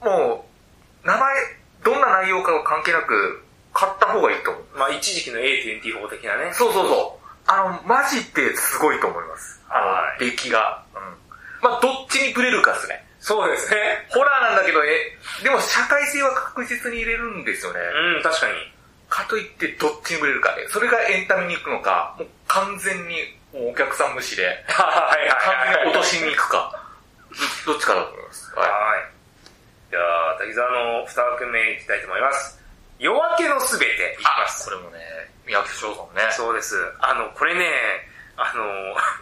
[SPEAKER 1] もう、名前、どんな内容かは関係なく、買った方がいいと思う。
[SPEAKER 3] まあ一時期の A24 的なね。
[SPEAKER 1] そうそうそう。あの、マジってすごいと思います。あの、
[SPEAKER 3] は
[SPEAKER 1] 出
[SPEAKER 3] い
[SPEAKER 1] 来が。うん。まあ、どっちにブレるかっすね。
[SPEAKER 3] そうですね。
[SPEAKER 1] ホラーなんだけどね、でも社会性は確実に入れるんですよね。
[SPEAKER 3] うん、確かに。 <laughs>
[SPEAKER 1] かといってどっちにぶれるかね。それがエンタメに行くのか、もう完全にもうお客さん無視で、
[SPEAKER 3] はい
[SPEAKER 1] 完全に落と
[SPEAKER 3] はい。
[SPEAKER 1] しに行くか。どどっちかだと思います。はい。
[SPEAKER 3] はい。では、滝沢の二枠目いきたいと思います。夜明けのすべていき
[SPEAKER 1] あ
[SPEAKER 3] ます。
[SPEAKER 1] これもね、三宅翔さんもね。
[SPEAKER 3] そうです。あの、これね、あの、 <laughs>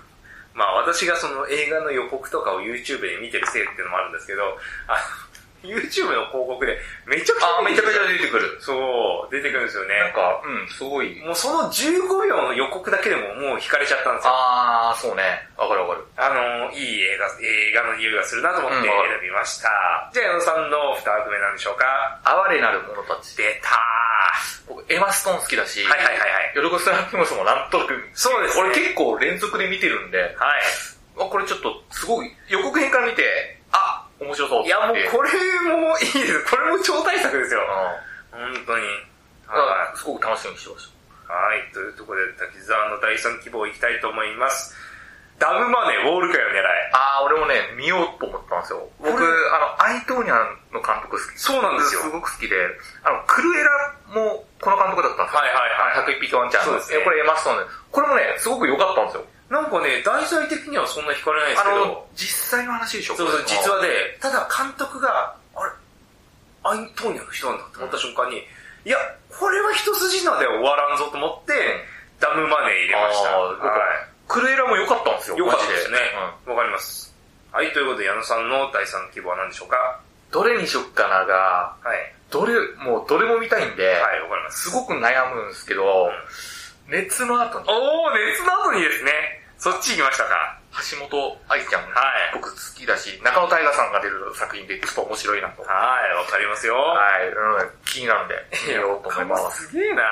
[SPEAKER 3] まあ私がその映画の予告とかを YouTube で見てるせいっていうのもあるんですけど、あの YouTube の広告でめちゃくちゃ
[SPEAKER 1] あ、めちゃめちゃ
[SPEAKER 3] ゃ
[SPEAKER 1] 出てくる。
[SPEAKER 3] そう、出てくるんですよね。
[SPEAKER 1] なんか、うん、すごい。
[SPEAKER 3] もうその15秒の予告だけでももう惹かれちゃったんですよ。
[SPEAKER 1] あー、そうね。わかるわかる。
[SPEAKER 3] あの、いい映画、映画の匂いがするなと思っ
[SPEAKER 1] うん
[SPEAKER 3] て選
[SPEAKER 1] わかる
[SPEAKER 3] びました。じゃあ、矢野さんの二枠目なんでしょうか
[SPEAKER 1] 哀れなる者たち。
[SPEAKER 3] 出たー。
[SPEAKER 1] 僕、エマストーン好きだし、
[SPEAKER 3] はいはいはいはい。
[SPEAKER 1] ヨルゴス・ランティモスもなんとなく、
[SPEAKER 3] そうです、ね。
[SPEAKER 1] 俺結構連続で見てるんで、
[SPEAKER 3] はい。
[SPEAKER 1] あこれちょっと、すごい、予告編から見て、あ、面白そうっ
[SPEAKER 3] い
[SPEAKER 1] て。
[SPEAKER 3] や、もうこれもいいです。これも超大作ですよ。
[SPEAKER 1] う
[SPEAKER 3] 本当に。
[SPEAKER 1] んだか
[SPEAKER 3] は
[SPEAKER 1] らすごく楽しみにしてまし
[SPEAKER 3] い。はい。というところで、滝沢の第三希望いきたいと思います。ダブマネー、ウォール界を狙え。
[SPEAKER 1] た。あー、俺もね、見ようと思ったんですよ。僕、
[SPEAKER 3] これ
[SPEAKER 1] あの、アイトーニャンの監督好き。
[SPEAKER 3] そうなんですよ
[SPEAKER 1] すごく好きで、あの、クルエラもこの監督だったんですよ。
[SPEAKER 3] はいはいはい
[SPEAKER 1] 101匹ワンちゃん。
[SPEAKER 3] そうですね
[SPEAKER 1] えこれエマストーンで。これもね、すごく良かったんですよ。
[SPEAKER 3] なんかね、題材的にはそんな惹かれないですけ
[SPEAKER 1] あ
[SPEAKER 3] ど。
[SPEAKER 1] の、実際の話でしょ
[SPEAKER 3] そうそう、
[SPEAKER 1] これ
[SPEAKER 3] 実はね、ただ監督が、あれ、アイトーニャの人なんだと思った瞬間に、いや、これは一筋縄では終わらんぞと思って、ダムマネー入れまし
[SPEAKER 1] あ
[SPEAKER 3] た。
[SPEAKER 1] ー
[SPEAKER 3] は
[SPEAKER 1] クルエラも良かったんですよ。
[SPEAKER 3] い。よかっ
[SPEAKER 1] マ
[SPEAKER 3] た
[SPEAKER 1] ジ
[SPEAKER 3] ですね
[SPEAKER 1] うん。
[SPEAKER 3] わ、かります。はい、ということで、矢野さんの第三希望は何でしょうか
[SPEAKER 1] どれにしよっかなが、
[SPEAKER 3] はい。
[SPEAKER 1] どれ、もうどれも見たいんで、
[SPEAKER 3] はい、わかります。
[SPEAKER 1] すごく悩むんですけど、熱の後に
[SPEAKER 3] おー、熱の後にですね、そっち行きましたか。
[SPEAKER 1] 橋本愛ちゃん、
[SPEAKER 3] はい
[SPEAKER 1] 僕好きだし、中野大河さんが出る作品でちょっと面白いなと。はい。
[SPEAKER 3] はい、わかりますよ。
[SPEAKER 1] なので気になるんで、見ようと思いま
[SPEAKER 3] これ
[SPEAKER 1] す。
[SPEAKER 3] すげえな。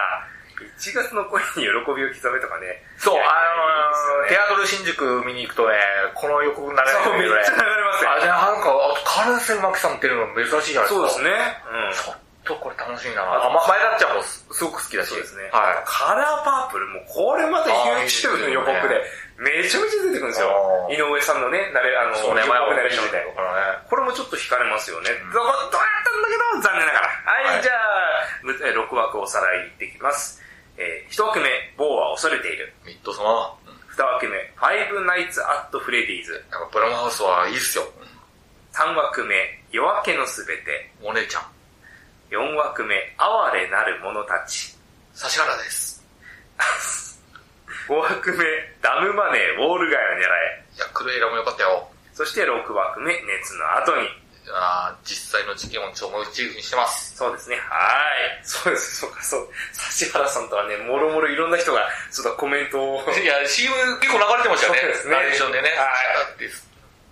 [SPEAKER 3] 1月の声に喜びを刻めとかね。
[SPEAKER 1] <laughs> そう、
[SPEAKER 3] い
[SPEAKER 1] あ
[SPEAKER 3] やいや
[SPEAKER 1] のー、
[SPEAKER 3] いいですよね
[SPEAKER 1] テアドル新宿見に行くとね、この予告流れ
[SPEAKER 3] そ
[SPEAKER 1] て
[SPEAKER 3] う、めっ
[SPEAKER 1] るね
[SPEAKER 3] ちゃ流れますね。
[SPEAKER 1] <laughs> あ、じゃあなんか、あと、カラセマキさん出るの珍しいじゃないですか。
[SPEAKER 3] そうですね。うん。
[SPEAKER 1] ちょっとこれ楽しみだ
[SPEAKER 3] あ
[SPEAKER 1] な。あ、ま、前田っちゃんもすすごく好きだし。
[SPEAKER 3] そうですね
[SPEAKER 1] はい。
[SPEAKER 3] カラーパープル、もうこれまた YouTube の予告で、めちゃめちゃ出てくるんですよ
[SPEAKER 1] あ。ー
[SPEAKER 3] 井上さんのね、なれ、あの、
[SPEAKER 1] そうね、前
[SPEAKER 3] 予告
[SPEAKER 1] は
[SPEAKER 3] ナレー
[SPEAKER 1] 俺
[SPEAKER 3] ションみたいな。
[SPEAKER 1] からね。
[SPEAKER 3] これもちょっと惹かれますよね。
[SPEAKER 1] ん
[SPEAKER 3] どうやったんだけど、残念ながら。はい、
[SPEAKER 1] はい
[SPEAKER 3] じゃあ、6枠おさらいいってきます。えー、1枠目、某は恐れている。
[SPEAKER 1] ミッド様、
[SPEAKER 3] 2枠目、ファイブナイツ・アット・フレディーズ。
[SPEAKER 1] なんかブラマハウスはいいっすよ。
[SPEAKER 3] 3枠目、夜明けのすべて。
[SPEAKER 1] お姉ちゃん、
[SPEAKER 3] 4枠目、哀れなる者たち。
[SPEAKER 1] 指原です。
[SPEAKER 3] 5枠目、ダムマネー、ウォール街を狙え。
[SPEAKER 1] いや、クルエラも良かったよ。
[SPEAKER 3] そして6枠目、熱の後に。
[SPEAKER 1] あー実際の事件をちょ、モチーフにしてます。
[SPEAKER 3] そうですね、はーい。そうです、そうか、そう。指原さんとはね、もろもろいろんな人が、ちょっとコメントを。
[SPEAKER 1] <laughs> いや、CM 結構流れてましたよね。
[SPEAKER 3] そうですね
[SPEAKER 1] ナレーションでね。
[SPEAKER 3] はい
[SPEAKER 1] い。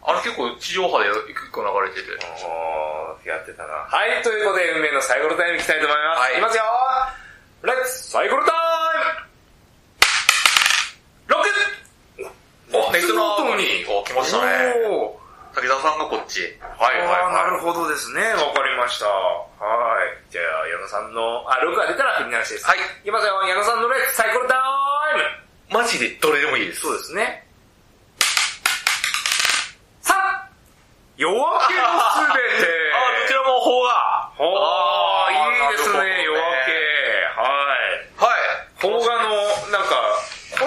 [SPEAKER 1] あれ結構地上波で結構流れてて。
[SPEAKER 3] おーやってたな。はい、ということで、運命のサイコロタイムいきたいと思います。
[SPEAKER 1] はい
[SPEAKER 3] い、きますよレッツサイコロタイム !6!
[SPEAKER 1] お、ネットの後に、お、来ましたね。
[SPEAKER 3] おー
[SPEAKER 1] 滝沢さんがこっち。はいはい
[SPEAKER 3] あー
[SPEAKER 1] は
[SPEAKER 3] なるほどですね。わかりました。はい。じゃあ、矢野さんの、あ、6が出たら振り直しです。
[SPEAKER 1] はい。
[SPEAKER 3] いきますよ、矢野さんのレッツサイコロタイム
[SPEAKER 1] い。マジでどれでもいいです。。
[SPEAKER 3] そうですね。3! 夜明けのすべて
[SPEAKER 1] あ、どちらも法が。
[SPEAKER 3] ほー、いいですね、
[SPEAKER 1] なる
[SPEAKER 3] 夜
[SPEAKER 1] ほど
[SPEAKER 3] 明け。はい。
[SPEAKER 1] はい。
[SPEAKER 3] 邦画の、なんか、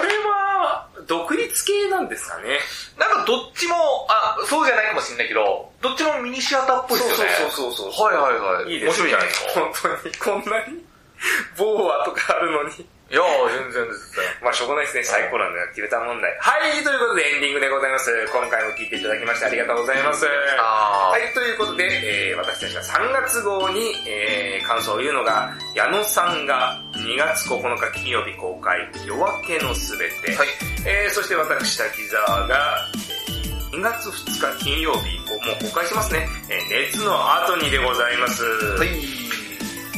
[SPEAKER 3] これは、独立系なんですかね。
[SPEAKER 1] なんかどっちも、あ、そうじゃないかもしれないけど、どっちもミニシアターっぽいですよね。
[SPEAKER 3] そうそう
[SPEAKER 1] はいはいはい。
[SPEAKER 3] いいです
[SPEAKER 1] 面白いじ
[SPEAKER 3] ね
[SPEAKER 1] ゃないですか。。
[SPEAKER 3] 本当に、こんなに、ボーアとかあるのに。
[SPEAKER 1] いやー、全然ですね。
[SPEAKER 3] まあしょうがないですね、最高なんで、キルタ問題。はい、ということでエンディングでございます。今回も聞いていただきましてありがとうございます。
[SPEAKER 1] あ
[SPEAKER 3] はい、ということで、えー私たちが3月号に、えー感想を言うのが、矢野さんが2月9日金曜日公開、夜明けのすべて。
[SPEAKER 1] はい。
[SPEAKER 3] えーそして私、滝沢が、えー2月2日金曜日、こうもう公開してますね、えー熱の後にでございます。、
[SPEAKER 1] はいい。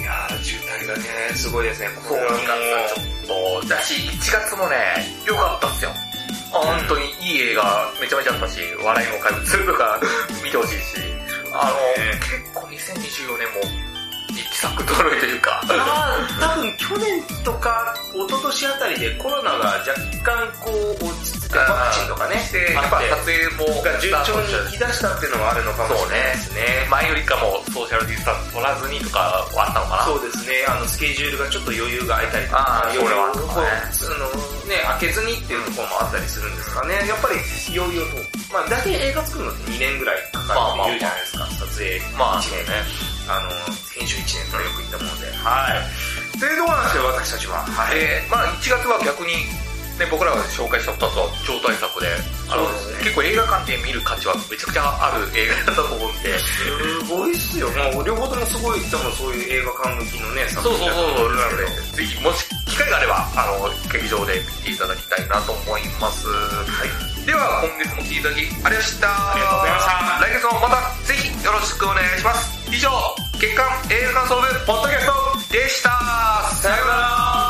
[SPEAKER 3] やー、渋滞がね、すごいですね。
[SPEAKER 1] そう、2月ちょっと、だし、1月もね、良かったっすよ。あ本当にいい映画、めちゃめちゃあったし、笑いも怪物と
[SPEAKER 3] <laughs>
[SPEAKER 1] か見てほしいし、あの、結構2024年も、一作取るという
[SPEAKER 3] <laughs>
[SPEAKER 1] か、
[SPEAKER 3] まあ、多分去年とか一昨年あたりでコロナが若干こう落ち着ってワクチンとかね
[SPEAKER 1] でや
[SPEAKER 3] あ
[SPEAKER 1] っ
[SPEAKER 3] っ
[SPEAKER 1] ぱ
[SPEAKER 3] て
[SPEAKER 1] 撮影も
[SPEAKER 3] が順調に行き出したっていうのはあるのかもしれないですね
[SPEAKER 1] 前よりかもソーシャルディスタンス取らずにとかはあったのかな
[SPEAKER 3] そうですね、あの、スケジュールがちょっと余裕が空いたりと
[SPEAKER 1] あ
[SPEAKER 3] か、
[SPEAKER 1] ー
[SPEAKER 3] 余裕
[SPEAKER 1] これは
[SPEAKER 3] をこう、あの、ね、開けずにっていうところもあったりするんですかね。やっぱり、いよいよと。まあ、大体映画作るのって2年ぐらいかかるって言うじゃないですか、撮影1
[SPEAKER 1] まあ
[SPEAKER 3] 年ね。あの、編集1年とかよく言ったもので。はい。というところなんですよ、私たちは。はい。
[SPEAKER 1] で、まあ1月は逆に、ね、僕らが紹介した2つは超大作で、あの
[SPEAKER 3] そうですね
[SPEAKER 1] 結構映画館で見る価値はめちゃくちゃある映画だと思うんで、
[SPEAKER 3] すごいっすよ。もう、両方ともすごい、多分そういう映画館向きのね、作
[SPEAKER 1] そうそう
[SPEAKER 3] 品だ
[SPEAKER 1] そ
[SPEAKER 3] と
[SPEAKER 1] うそう、
[SPEAKER 3] 思
[SPEAKER 1] なの
[SPEAKER 3] んですけど
[SPEAKER 1] で、ぜひ、もし機会があれば、あの、劇場で見ていただきたいなと思います。はい。では、今月も聞いていただき、ありがとうございました。
[SPEAKER 3] ありがとうございました
[SPEAKER 1] 来月もまた、ぜひ、よろしくお願いします。以上、月刊映画感想部、ポッドキャストでした。さようなら。